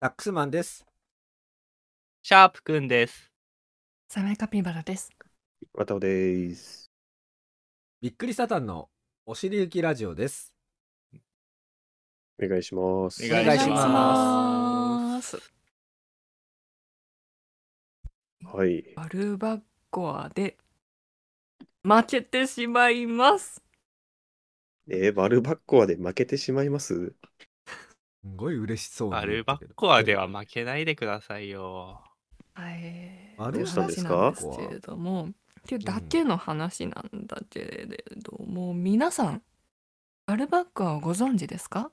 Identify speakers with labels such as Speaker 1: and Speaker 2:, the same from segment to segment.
Speaker 1: ダックスマンです。
Speaker 2: シャープくんです。
Speaker 3: サメカピバラです。
Speaker 4: わたおです。
Speaker 1: びっくりサタンのおしりゆきラジオです。
Speaker 4: お願いします。
Speaker 2: お願いします
Speaker 3: お願いします
Speaker 4: はい。
Speaker 3: バルバコアで負けてしまいます。
Speaker 4: えーバルバッコアで負けてしまいます
Speaker 1: すごい嬉しそうに
Speaker 2: ア
Speaker 1: 言
Speaker 2: ル
Speaker 1: っ
Speaker 2: バ
Speaker 1: た
Speaker 2: ッ
Speaker 1: けど
Speaker 2: コアでは負けないでくださいよ。
Speaker 3: はい。
Speaker 1: あ
Speaker 4: どうしたんですか
Speaker 3: という話なんですけれども、っていうだけの話なんだけれども、皆さんバルバコアをご存知ですか、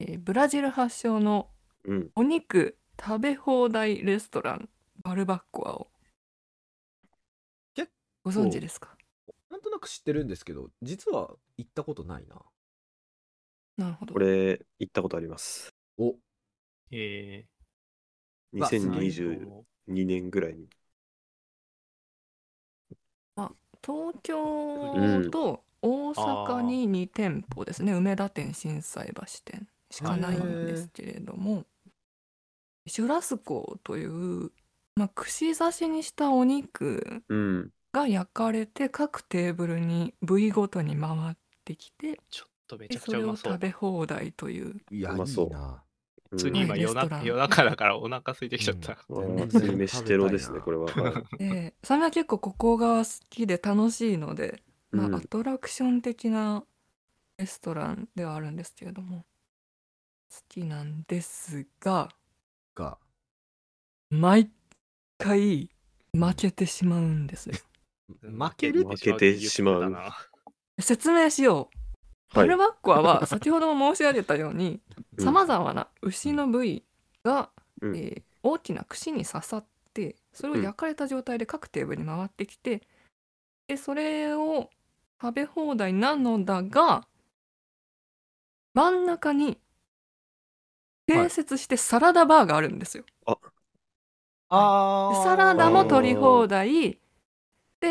Speaker 3: えーブラジル発祥の
Speaker 4: うん。
Speaker 3: お肉食べ放題レストランバルバッコアを
Speaker 1: け
Speaker 3: ご存知ですか
Speaker 1: なんとなく知ってるんですけど、実は行ったことないな。
Speaker 3: なるほど
Speaker 4: これ、行ったことあります。
Speaker 1: お、
Speaker 2: え
Speaker 1: わす
Speaker 2: ー、
Speaker 1: ごい
Speaker 4: 2022年ぐらいに。
Speaker 3: 東京と大阪に2店舗ですね、梅田店心斎橋店しかないんですけれどもシュラスコという、まあ、串刺しにしたお肉
Speaker 4: うん。
Speaker 3: が焼かれて各テーブルに部位ごとに回ってきて
Speaker 2: ちょっとめち
Speaker 3: で
Speaker 2: ゃく
Speaker 3: そ
Speaker 2: ちゃ
Speaker 3: れ
Speaker 2: う
Speaker 3: を
Speaker 2: まそ
Speaker 3: 食
Speaker 2: う。
Speaker 3: べ放題という
Speaker 1: いや、
Speaker 4: うまそう
Speaker 1: いいな。
Speaker 4: 普
Speaker 2: 普通に今
Speaker 3: レス
Speaker 2: 夜
Speaker 3: トラン
Speaker 2: 中夜中だからお腹空いてきちゃった。
Speaker 1: 全然
Speaker 4: 普通に飯テロですね、これは。はい
Speaker 3: でサメは結構ここが好きで楽しいので、まあ
Speaker 4: うん
Speaker 3: アトラクション的なレストランではあるんですけれども好きなんですが
Speaker 1: が、
Speaker 3: 毎回負けてしまうんですよ
Speaker 1: 負ける
Speaker 4: 負けてしまう
Speaker 3: 説明しよう
Speaker 4: は
Speaker 3: バ
Speaker 4: い
Speaker 3: ルバッコアは先ほども申し上げたように
Speaker 4: うん
Speaker 3: さまざまな牛の部位が、
Speaker 4: うん
Speaker 3: えー大きな串に刺さってそれを焼かれた状態で各テーブルに回ってきて、でそれを食べ放題なのだが真ん中に
Speaker 1: はい
Speaker 3: 併設してサラダバーがあるんですよ。
Speaker 1: あ
Speaker 3: でサラダも取り放
Speaker 1: 題。
Speaker 3: 題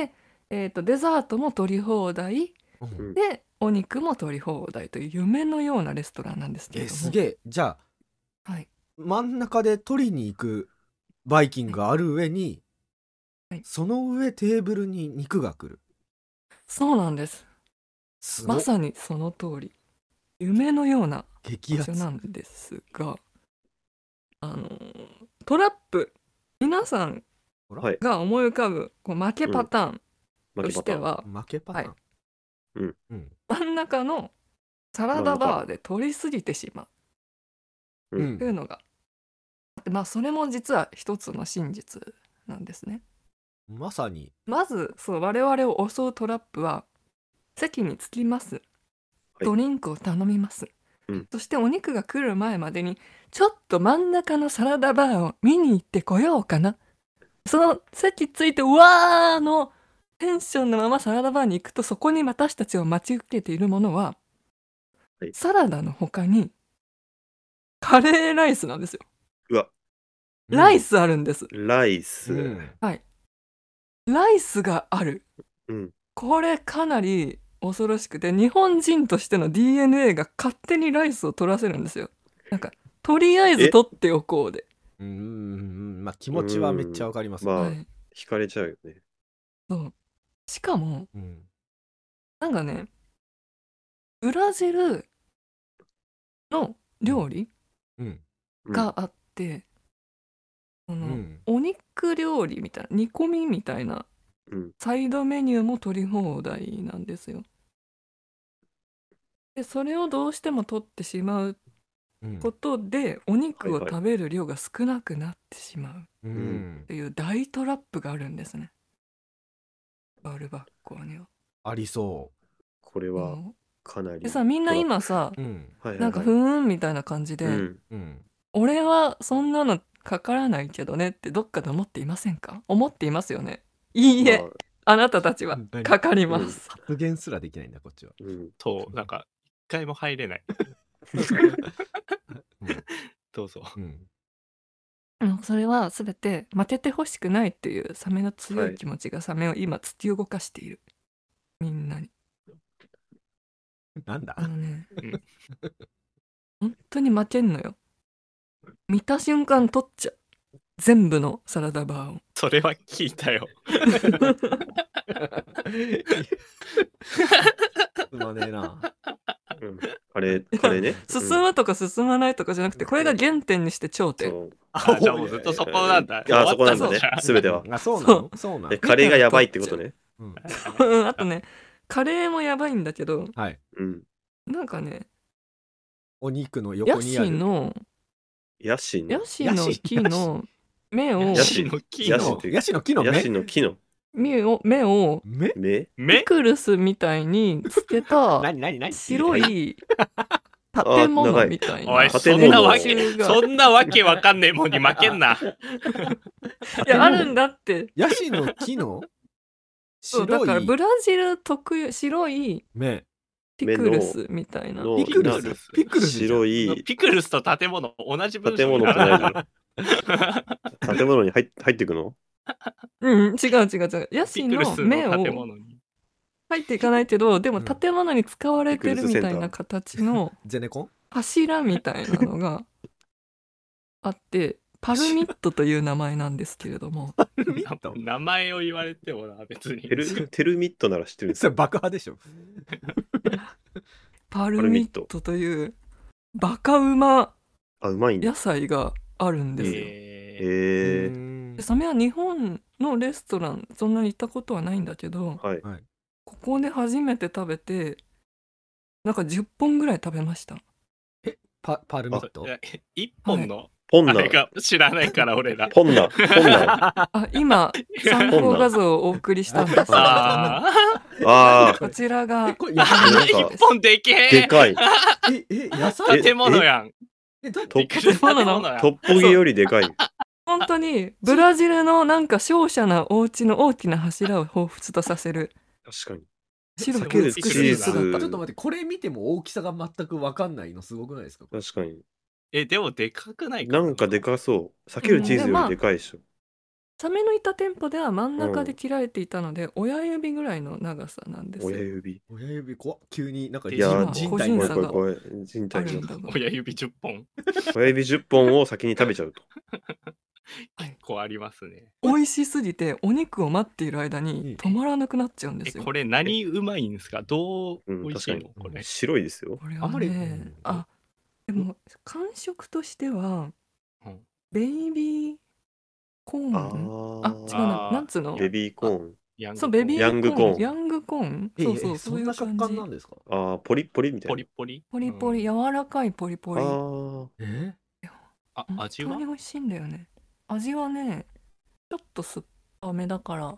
Speaker 3: で、えーとデザートも取り放題
Speaker 1: うん
Speaker 3: でお肉も取り放題という夢のようなレストランなんですけれ
Speaker 1: え、
Speaker 3: ども。
Speaker 1: すげえ。じゃあ、
Speaker 3: はい
Speaker 1: 真ん中で取りに行くバイキングがある上に
Speaker 3: はい、
Speaker 1: その上テーブルに肉が来る。
Speaker 3: そうなんです
Speaker 1: すご
Speaker 3: ま
Speaker 1: い。
Speaker 3: さにその通り夢のような
Speaker 1: 激
Speaker 3: 場
Speaker 1: アツ
Speaker 3: 所。なんですがあのートラップ皆さん
Speaker 4: はい。
Speaker 3: が思い浮かぶこう負けパターンと
Speaker 4: 負けパ
Speaker 3: し
Speaker 4: タ
Speaker 3: て
Speaker 4: ーン。
Speaker 3: は、
Speaker 1: 負けパターン
Speaker 3: は。
Speaker 4: うん
Speaker 1: うん。
Speaker 3: 真ん中のサラダバーで取りすぎてしま
Speaker 4: う
Speaker 3: うというのが、まあそれも実は一つの真実なんですね。
Speaker 1: まさに、
Speaker 3: まずそう我々を襲うトラップは席に着きます、
Speaker 4: い
Speaker 3: ドリンクを頼みます、
Speaker 4: うん
Speaker 3: そしてお肉が来る前までにちょっと真ん中のサラダバーを見に行ってこようかなその席着いてうわーのテンションのままサラダバーに行くとそこに私たちを待ち受けているものは、
Speaker 4: はい
Speaker 3: サラダの他にカレーライスなんですよ、
Speaker 4: うわ、
Speaker 3: ライ
Speaker 1: ス
Speaker 3: スあるんです
Speaker 4: ライス。
Speaker 3: ライスがある
Speaker 4: うん。
Speaker 3: これかなり恐ろしくて日本人としての DNA が勝手にライスを取らせるんですよなんかとりあえず取っておこうで、
Speaker 1: うんうんうんまあ気持ちはめっちゃわかります
Speaker 4: うんまあ
Speaker 3: はい、
Speaker 4: 惹かれちゃうよね。
Speaker 3: そうしかも
Speaker 1: うん
Speaker 3: なんかねブラジルの料理
Speaker 1: うん
Speaker 4: うん
Speaker 3: があって、そうの
Speaker 1: ん
Speaker 3: お肉料理みたいな煮込みみたいな
Speaker 4: うん。
Speaker 3: サイドメニューも取り放題なんですよでそれをどうしても取ってしまう
Speaker 1: うん
Speaker 3: ことでお肉を
Speaker 4: はいはい
Speaker 3: 食べる量が少なくなってしまう
Speaker 1: うん
Speaker 3: という大トラップがあるんですね。バルバッコアには。
Speaker 1: ありそ
Speaker 4: これ
Speaker 3: う
Speaker 4: は
Speaker 3: ん
Speaker 4: かなり。
Speaker 3: でさみんな今さ
Speaker 1: ううん
Speaker 4: はいはいはい、
Speaker 3: なんかふーんみたいな感じで、
Speaker 4: うん。
Speaker 1: うん
Speaker 3: 俺はそんなのかからないけどねってどっかで思っていませんか思っていますよねいいえ、
Speaker 4: まあ
Speaker 3: あ、なたたちは
Speaker 1: 何
Speaker 3: かかります、
Speaker 1: 発言すらできないんだこっちは
Speaker 4: うん。
Speaker 2: と、なんか、一回も入れ ない。どうぞ。
Speaker 1: うん
Speaker 3: うんそれは全て負けてほしくないっていうサメの強い気持ちがサメを今突き動かしている、みんなに
Speaker 1: なんだ
Speaker 3: あのね
Speaker 2: うん、
Speaker 3: 本当に負けんのよ。見た瞬間取っちゃう全部のサラダバーを。
Speaker 2: それは聞いたよ。
Speaker 1: すまねえな。
Speaker 4: うんあれ、これね
Speaker 3: 進むとか進まないとかじゃなくてこれが原点にして頂点
Speaker 4: そう
Speaker 2: あじゃあもうずっとそこなんだ。
Speaker 4: あ、そこなん
Speaker 2: 終わ
Speaker 4: だね
Speaker 2: ったの。じゃ
Speaker 4: すべては。
Speaker 1: あ、そうなのそうなの
Speaker 4: え、カレーがやばいってことね。
Speaker 1: うん
Speaker 3: うんあとねカレーもやばいんだけど
Speaker 1: はい。
Speaker 4: うん。
Speaker 3: なんかね
Speaker 1: お肉の
Speaker 3: ヤ
Speaker 1: 横にあ
Speaker 3: シ
Speaker 1: る。
Speaker 3: の
Speaker 4: ヤシの
Speaker 3: ヤ。シの木の芽を
Speaker 2: ヤシの木
Speaker 4: ヤシ
Speaker 2: の
Speaker 4: っていう
Speaker 1: ヤシの木の
Speaker 4: ヤ
Speaker 1: 芽
Speaker 4: シの木の
Speaker 3: 芽を芽を
Speaker 1: 芽
Speaker 4: 芽
Speaker 3: ピ
Speaker 2: 目
Speaker 3: クルスみたいにつけ た
Speaker 1: 何何何
Speaker 3: 白い建物みたい
Speaker 2: おい、
Speaker 3: な。
Speaker 2: そ
Speaker 4: 建
Speaker 2: ん
Speaker 4: 物
Speaker 2: なわ
Speaker 3: 連
Speaker 2: け、
Speaker 3: 中が
Speaker 2: そんなわけわかんねえもんに負けんな。
Speaker 3: いやあるんだって。
Speaker 1: ヤシの木の
Speaker 3: そうだ
Speaker 1: 白
Speaker 3: から
Speaker 1: い
Speaker 3: ブラジル特有白い
Speaker 1: 芽。
Speaker 3: ピクルスみたいな。
Speaker 4: の
Speaker 1: ピクル
Speaker 4: なんか
Speaker 1: スピクルスじゃん
Speaker 4: 白い
Speaker 2: ピクルスと建物、同じ文章
Speaker 4: 建物ってないだ ろ。建物に入っ入ってくの
Speaker 3: うん違う違う違う。ヤシ
Speaker 2: ピクル
Speaker 3: の
Speaker 2: ス
Speaker 3: 芽
Speaker 2: の建
Speaker 3: を
Speaker 2: 物に。
Speaker 3: 入っていかないけどで
Speaker 1: う
Speaker 3: も
Speaker 1: ん
Speaker 3: 建物に使われてるみたいな形の
Speaker 1: ゼネコン
Speaker 3: 柱みたいなのがあってパルミットという名前なんですけれども。
Speaker 1: ミット
Speaker 2: 名前を言われてもな、別に
Speaker 4: テ。ルテルミットなら知ってるんです
Speaker 1: それ爆破でしょ。
Speaker 3: パルミットというバカうま
Speaker 4: あ、うまいんだ。
Speaker 3: 野菜があるんですよ。
Speaker 2: えー
Speaker 4: へ
Speaker 1: う
Speaker 4: え。
Speaker 1: ん
Speaker 3: でサメは日本のレストランそんなに行ったことはないんだけど
Speaker 4: はい。
Speaker 3: ここで初めて食べてなんか10本ぐらい食べました
Speaker 1: パパルミット
Speaker 2: え一本の
Speaker 4: ポン
Speaker 2: あ
Speaker 4: ナ。
Speaker 2: れが知らないから俺ら。
Speaker 4: ポンナ。ポンナ。
Speaker 3: あ 今参考画像をお送りしたんですけれども
Speaker 2: ああ、
Speaker 4: あ
Speaker 3: こちらが
Speaker 1: これ野菜
Speaker 4: なんか
Speaker 2: 一本でけ
Speaker 4: あ、で
Speaker 2: え
Speaker 4: かい。
Speaker 1: え、え、野
Speaker 4: え
Speaker 1: 菜
Speaker 2: 建物やん。
Speaker 1: え、ど
Speaker 4: ト
Speaker 2: びっ
Speaker 4: ッ
Speaker 2: くりした
Speaker 3: 建物
Speaker 4: トッポギよりでかい。
Speaker 3: 本当にブラジルのなんか商社なお家の大きな柱を彷彿とさせる
Speaker 4: 確かに。
Speaker 3: 白
Speaker 2: け
Speaker 3: く
Speaker 2: る
Speaker 3: 美しい
Speaker 2: チーズ
Speaker 3: 姿
Speaker 1: ちょっと待って、これ見ても大きさが全くわかんないのすごくないですかこれ
Speaker 4: 確かに。
Speaker 2: え、でもでかくない
Speaker 4: なんかでかそう。避けるチーズよりでかいでしょ。
Speaker 3: サメのいた店舗では真ん中で切られていたので、親指ぐらいの長さなんですよ
Speaker 4: 親指。
Speaker 1: 親指怖っ急になんか
Speaker 2: い
Speaker 1: 人
Speaker 2: や
Speaker 1: 人
Speaker 3: 個
Speaker 1: 体
Speaker 3: 人
Speaker 4: こ
Speaker 1: の
Speaker 4: れ
Speaker 3: 差
Speaker 4: これこれ、人
Speaker 3: あ
Speaker 4: 体
Speaker 3: るん
Speaker 4: の。
Speaker 3: だが
Speaker 2: 親指10本。
Speaker 4: 親指10本を先に食べちゃうと。
Speaker 2: 結構ありますね。
Speaker 3: 美味しすぎてお肉を待っている間
Speaker 1: うん
Speaker 3: に止まらなくなっちゃうんで
Speaker 2: え、
Speaker 3: すよ。
Speaker 2: これ何うまいんですかどう美味しいの
Speaker 1: うん確かに
Speaker 2: これ。
Speaker 4: 白いですよ。
Speaker 3: これ
Speaker 1: あんま
Speaker 3: は
Speaker 1: りう
Speaker 3: ね
Speaker 1: ん
Speaker 3: あでも感触としては、
Speaker 2: うん
Speaker 3: ベイビーコー
Speaker 4: あ
Speaker 3: ンあ違う
Speaker 4: あ。
Speaker 3: な
Speaker 2: あー
Speaker 3: なんつうの
Speaker 4: ベビーコーン。
Speaker 2: ヤング
Speaker 3: そうベビー
Speaker 4: ヤングコーン
Speaker 3: ヤングコーン
Speaker 1: え
Speaker 3: そう
Speaker 1: え
Speaker 3: そう
Speaker 1: そ
Speaker 3: そうい
Speaker 1: ん
Speaker 3: う
Speaker 1: な
Speaker 3: 感
Speaker 1: 食
Speaker 3: じ
Speaker 1: 感なんですか
Speaker 4: ああ、ポリポリみた
Speaker 2: ポ
Speaker 4: い
Speaker 2: リポリ。
Speaker 3: ポリポリ
Speaker 2: うん
Speaker 3: 柔らかいポリポ
Speaker 4: な。
Speaker 3: リ
Speaker 4: あ
Speaker 3: 本
Speaker 4: あ。
Speaker 1: え
Speaker 2: あ、味
Speaker 3: 当
Speaker 2: は
Speaker 3: に美味しいんだよね味はねちょっと酸っぱめだから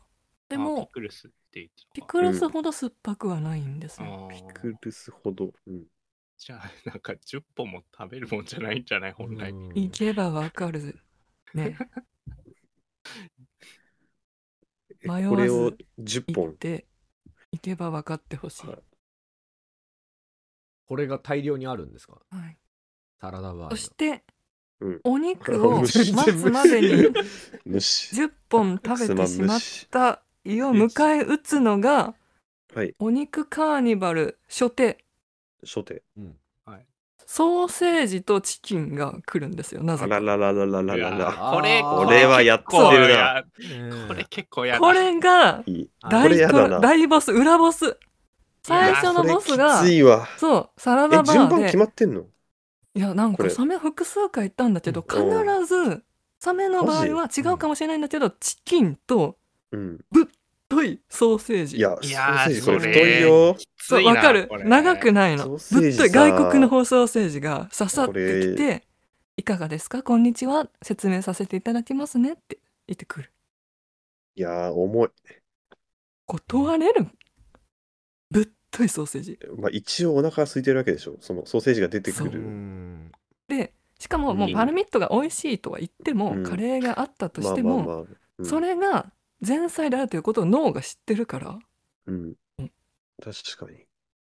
Speaker 3: で
Speaker 2: あ
Speaker 3: も
Speaker 2: ピクルスって言って
Speaker 3: ピ
Speaker 2: た
Speaker 3: クルスほど酸っぱくはないんですよ、
Speaker 2: あー
Speaker 4: ピクルスほど。うん。
Speaker 2: じゃあ、なんか10本も食べるもんじゃないんじゃない本来。
Speaker 1: うん
Speaker 3: 行けばわかるね
Speaker 4: え
Speaker 3: 迷
Speaker 4: こ
Speaker 3: わ
Speaker 4: れ
Speaker 3: ず
Speaker 4: を10
Speaker 3: 行っ
Speaker 4: 本。
Speaker 3: て行けば分かってほしい、
Speaker 4: はい
Speaker 1: これが大量にあるんですか
Speaker 3: はい、
Speaker 1: サラダバー
Speaker 3: そ
Speaker 1: に
Speaker 3: して、
Speaker 4: うん
Speaker 3: お肉 を待
Speaker 4: 全
Speaker 3: つ
Speaker 4: 然
Speaker 3: までに
Speaker 4: 無視。
Speaker 3: 10本食べてしまった胃を迎え撃つのが
Speaker 4: はい。
Speaker 3: お肉カーニバル初手
Speaker 4: 初手。
Speaker 1: うん
Speaker 3: ソーセージとチキンが来るんですよなぜ
Speaker 4: あ
Speaker 3: から
Speaker 4: ららららら
Speaker 2: い
Speaker 4: ら
Speaker 2: や
Speaker 4: ら。
Speaker 2: これ、
Speaker 1: あー
Speaker 4: これはやっ
Speaker 2: こ
Speaker 4: てる
Speaker 2: れ
Speaker 4: な。
Speaker 2: やこれ結構やだ。
Speaker 3: これが
Speaker 4: いいこ
Speaker 3: 大
Speaker 4: れや
Speaker 3: ト
Speaker 4: だ
Speaker 3: ロ
Speaker 4: な。
Speaker 3: 大ボス裏ボス最初のボスが
Speaker 4: これきついわ。
Speaker 3: そうサラ
Speaker 4: え、
Speaker 3: ダバ
Speaker 4: 順番
Speaker 3: ーで
Speaker 4: 決まってんの
Speaker 3: いやなん
Speaker 4: こ
Speaker 3: か
Speaker 4: れ
Speaker 3: サメ複数回行ったんだけど
Speaker 4: う
Speaker 3: 必
Speaker 4: ん
Speaker 3: ずサメの場合は
Speaker 4: マ
Speaker 3: 違うかもしれないんだけどチキンと
Speaker 4: うん。
Speaker 3: 太いソーセージ
Speaker 4: いや、
Speaker 2: いやー
Speaker 4: ソーセージこれ
Speaker 2: それ
Speaker 4: 太いよ。
Speaker 3: そうわかる長く
Speaker 2: な
Speaker 3: ないの
Speaker 4: ソーセ
Speaker 3: ぶ
Speaker 4: ー
Speaker 3: っ
Speaker 4: ジ
Speaker 3: と
Speaker 4: さ
Speaker 3: い外国の放送セージが刺さってき
Speaker 4: こ
Speaker 3: て「いかがですかこんにちは説明させていただきますね」って言ってくる
Speaker 4: いやー、重い。
Speaker 3: 断れるぶっといソーセージ
Speaker 4: まあ、一応お腹空いてるわけでしょ。そのソーセージが出てく
Speaker 1: う
Speaker 4: る。
Speaker 1: ん
Speaker 3: でしかもも
Speaker 4: う
Speaker 3: うんパルミットが美味しいとは言っても、
Speaker 4: うん
Speaker 3: カレーがあったと
Speaker 4: ま
Speaker 3: し
Speaker 4: あ
Speaker 3: て
Speaker 4: まあ
Speaker 3: も、
Speaker 4: まあ。うん
Speaker 3: それが前菜であるということを脳が知ってるから
Speaker 4: うん
Speaker 3: うん。
Speaker 4: 確か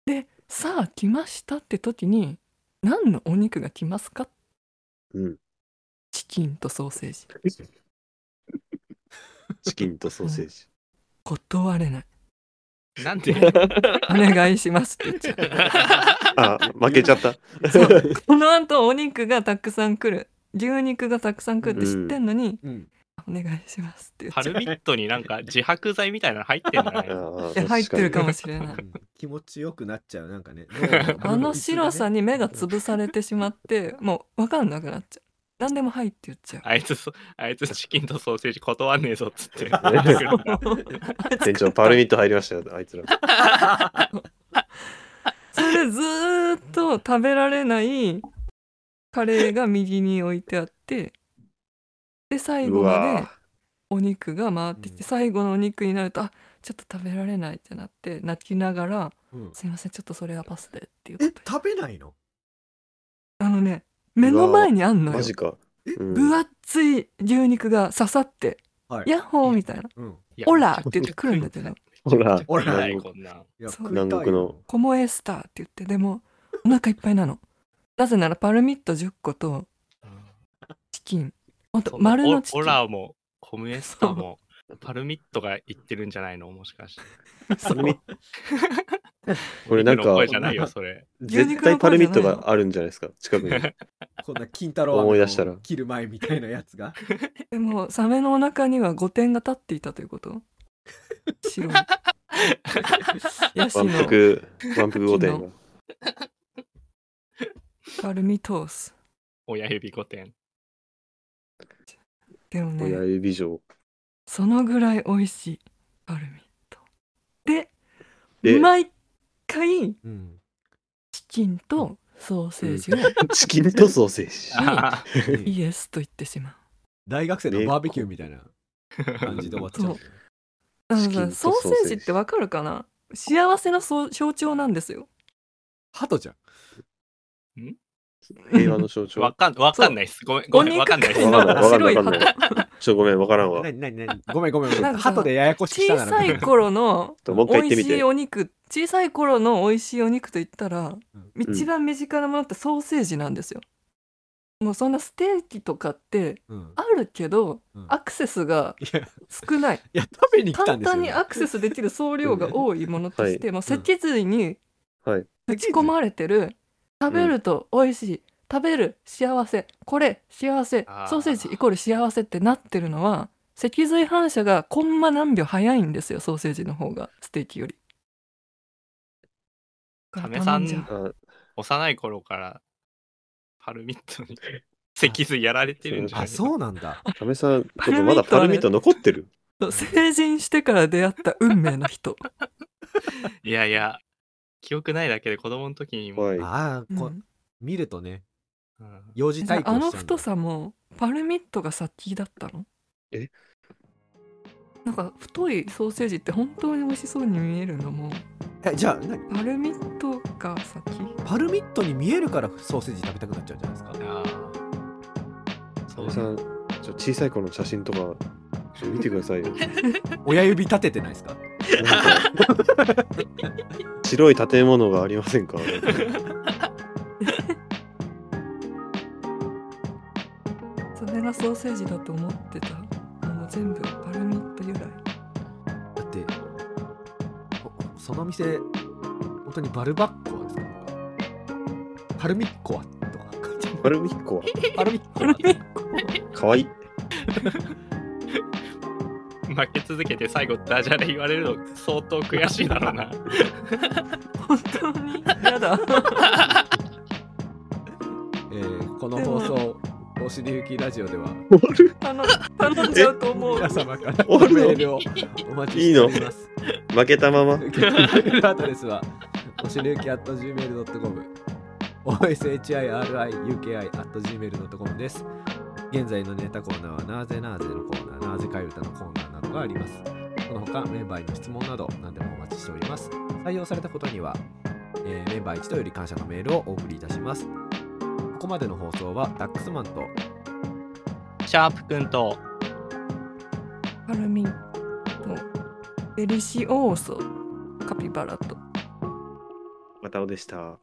Speaker 4: に。
Speaker 3: 「さあ来ました」って時に何のお肉が来ますか
Speaker 4: うん。
Speaker 3: チキンとソーセージ
Speaker 4: チキンとソーセージ。
Speaker 3: 断れない
Speaker 2: い。なん で
Speaker 3: お願いしますって言っちゃう
Speaker 4: あ、負けちゃった。
Speaker 3: そうこの後お肉がたくさん来る牛肉がたくさん来るって知ってんのに、
Speaker 1: うん。
Speaker 3: お願いしますって言っ
Speaker 2: ハ
Speaker 3: ちゃ
Speaker 2: ルミットになんか自白剤みたいなの入ってんの
Speaker 4: あ
Speaker 2: ね。
Speaker 4: ー
Speaker 3: ういや入ってるかも
Speaker 4: 確
Speaker 3: しれない
Speaker 1: うん気持ちよくなっちゃうなんかね
Speaker 3: あの白さに目が
Speaker 1: つ
Speaker 3: 潰されてしまってもう分かんなくなっちゃう何でも「はい」って言っちゃう
Speaker 2: あいつそ、あいつチキンとソーセージ断んねえぞっつって。
Speaker 4: かに店長パルミット入りましたよあいつら
Speaker 3: それでずーっと食べられないカレーが右に置いてあってで最
Speaker 4: う
Speaker 3: 後まで
Speaker 4: わ
Speaker 3: お肉が回ってきて
Speaker 1: うん
Speaker 3: 最後のお肉になるとあちょっと食べられないってなって泣きながら
Speaker 1: うん
Speaker 3: 「すいませんちょっとそれはパスで」っていうこ
Speaker 1: え
Speaker 3: と
Speaker 1: 食べないの
Speaker 3: あのね目の前にあん
Speaker 4: ー
Speaker 3: のよ
Speaker 4: マジかうん
Speaker 3: 分厚い牛肉が刺さって
Speaker 1: は
Speaker 3: 「
Speaker 1: い
Speaker 3: ヤッホー」みたいな
Speaker 1: うん
Speaker 2: いや
Speaker 3: オラって言ってくるんだけど。
Speaker 4: ほら
Speaker 1: ほら
Speaker 2: ないこんなん。
Speaker 1: いや
Speaker 3: そう
Speaker 1: 食いたい
Speaker 4: 南国の
Speaker 3: コモエスターって言ってでもお腹いっぱいなのなぜならパルミット10個とチキンあと丸のチキ
Speaker 2: オ
Speaker 3: ン
Speaker 2: ラもコムエスタもパルミットが言ってるんじゃないのもしかして。
Speaker 3: そう
Speaker 4: ルミ俺なん
Speaker 2: 肉の
Speaker 4: か
Speaker 2: 声じゃ ないよそれ。
Speaker 4: 絶対パルミットがあるんじゃないですか 近くに
Speaker 1: こんな金太郎飴を
Speaker 4: 思い出したら
Speaker 1: 切る前みたいなやつが
Speaker 3: でもサメのお腹には5点が立っていたということ白いヤシ
Speaker 4: 満
Speaker 3: の
Speaker 4: 腹満腹御殿が
Speaker 3: パルミトース
Speaker 2: 親指5点。
Speaker 3: でも
Speaker 4: 親
Speaker 3: ね
Speaker 4: 指状
Speaker 3: そのぐらい美味しいパルミットで
Speaker 4: で
Speaker 3: 毎回
Speaker 1: うん
Speaker 3: チキンとソーセージを
Speaker 4: チキンとソーセージ
Speaker 2: あ
Speaker 3: イエスと言ってしまう
Speaker 1: 大学生のバーベキューみたいな感じで終わっちゃう
Speaker 3: あの
Speaker 4: チキン
Speaker 3: さ
Speaker 4: と
Speaker 3: ソ
Speaker 4: ソ
Speaker 3: ーセ
Speaker 4: ーセージ
Speaker 3: ージってわかるかな幸せのそう象徴なんですよ。
Speaker 1: ハトじゃん
Speaker 4: 平和の象
Speaker 2: ー
Speaker 4: 徴
Speaker 2: わかんわかんないっす。ごめんご
Speaker 3: お
Speaker 2: めんわ
Speaker 3: 肉
Speaker 2: かんないっす
Speaker 3: 界の
Speaker 4: わかんな
Speaker 3: 白
Speaker 4: い
Speaker 3: い
Speaker 4: わかんない
Speaker 3: 鳩。
Speaker 4: ちょごめんわからんわ
Speaker 1: 何何何ごめんごめんごめ
Speaker 3: なん
Speaker 1: ん
Speaker 3: か
Speaker 1: ハトでややこしくした
Speaker 3: 小
Speaker 1: なら
Speaker 3: さい頃の
Speaker 4: もう一回言って
Speaker 3: 美
Speaker 4: み
Speaker 3: 味していお肉小さい頃の美味しいお肉と言ったら
Speaker 1: うん
Speaker 3: 一番身近なものってソーセージなんですよ。もうそんなステーキとかって
Speaker 1: うん
Speaker 3: あるけど
Speaker 1: うん
Speaker 3: アクセスが
Speaker 1: いやい
Speaker 3: 少ない
Speaker 1: や食べに来た
Speaker 3: 簡
Speaker 1: んですよ
Speaker 3: 単にアクセスできる総量が多いものとしてもう脊髄に
Speaker 4: はい
Speaker 3: 打ち込まれてる食べると美味しい食べる幸せこれ幸せ
Speaker 2: あー
Speaker 3: ソーセージイコール幸せってなってるのは脊髄反射がコンマ何秒早いんですよソーセージの方がステーキより。
Speaker 2: カメさん
Speaker 3: 頼じゃう
Speaker 4: あ
Speaker 2: 幼い頃からパルミットに脊髄やられてるんじゃない
Speaker 1: あそうなんだ
Speaker 4: タメさんちょっとまだパルミット残ってる
Speaker 3: そう成人してから出会った運命の人
Speaker 2: いやいや、記憶ないだけで子供の時にも。
Speaker 4: はい
Speaker 1: ああこ
Speaker 3: うん
Speaker 1: 見るとね
Speaker 2: うん
Speaker 1: 幼児対抗
Speaker 3: あ
Speaker 1: しちゃ
Speaker 3: の
Speaker 1: うんだ
Speaker 3: 太さもパルミットが先だったの
Speaker 4: え
Speaker 3: なんか太いソーセージって本当に美味しそうに見えるのも
Speaker 1: えじゃあ何
Speaker 3: パルミットが先
Speaker 1: パルミットに見えるからソーセージ食べたくなっちゃうじゃないですか
Speaker 2: あー
Speaker 4: タ
Speaker 2: そう
Speaker 4: メさんちょ小さい頃の写真とかちょっと見てくださいよ
Speaker 1: 親指立ててないですか
Speaker 4: なんか白い建物がありませんか
Speaker 3: それがソーセージだと思ってたもう全部パルミット由来
Speaker 1: だってほその店本当にバルバッコアですかなんかパルミッコアとか書いてあ
Speaker 4: パルミッコは
Speaker 1: る パルミッコ
Speaker 3: パルミ
Speaker 1: ア
Speaker 3: ッ
Speaker 4: 可愛い
Speaker 2: 負け続けて最後ダジャレ言われるの相当悔しいだろうな。
Speaker 3: 本当にやだ
Speaker 1: えーこの放送おしりゆきラジオでは
Speaker 3: 頼頼んじゃうと思う
Speaker 1: 皆様から
Speaker 4: 終わるの
Speaker 1: メールをお待ちしております
Speaker 4: 負けたまま
Speaker 1: 受け取りメールアドレスはおしりゆき at gmail.com oshiriuki.gmail.com です現在のネタコーナーはなぜなぜのコーナーなぜかゆたのコーナーなどがありますその他メンバーへの質問など何でもお待ちしております採用されたことには、えーメンバー一度より感謝のメールをお送りいたしますここまでの放送はダックスマンと
Speaker 2: シャープくんと
Speaker 3: パルミットデリシオーソカピバラと
Speaker 4: またおでした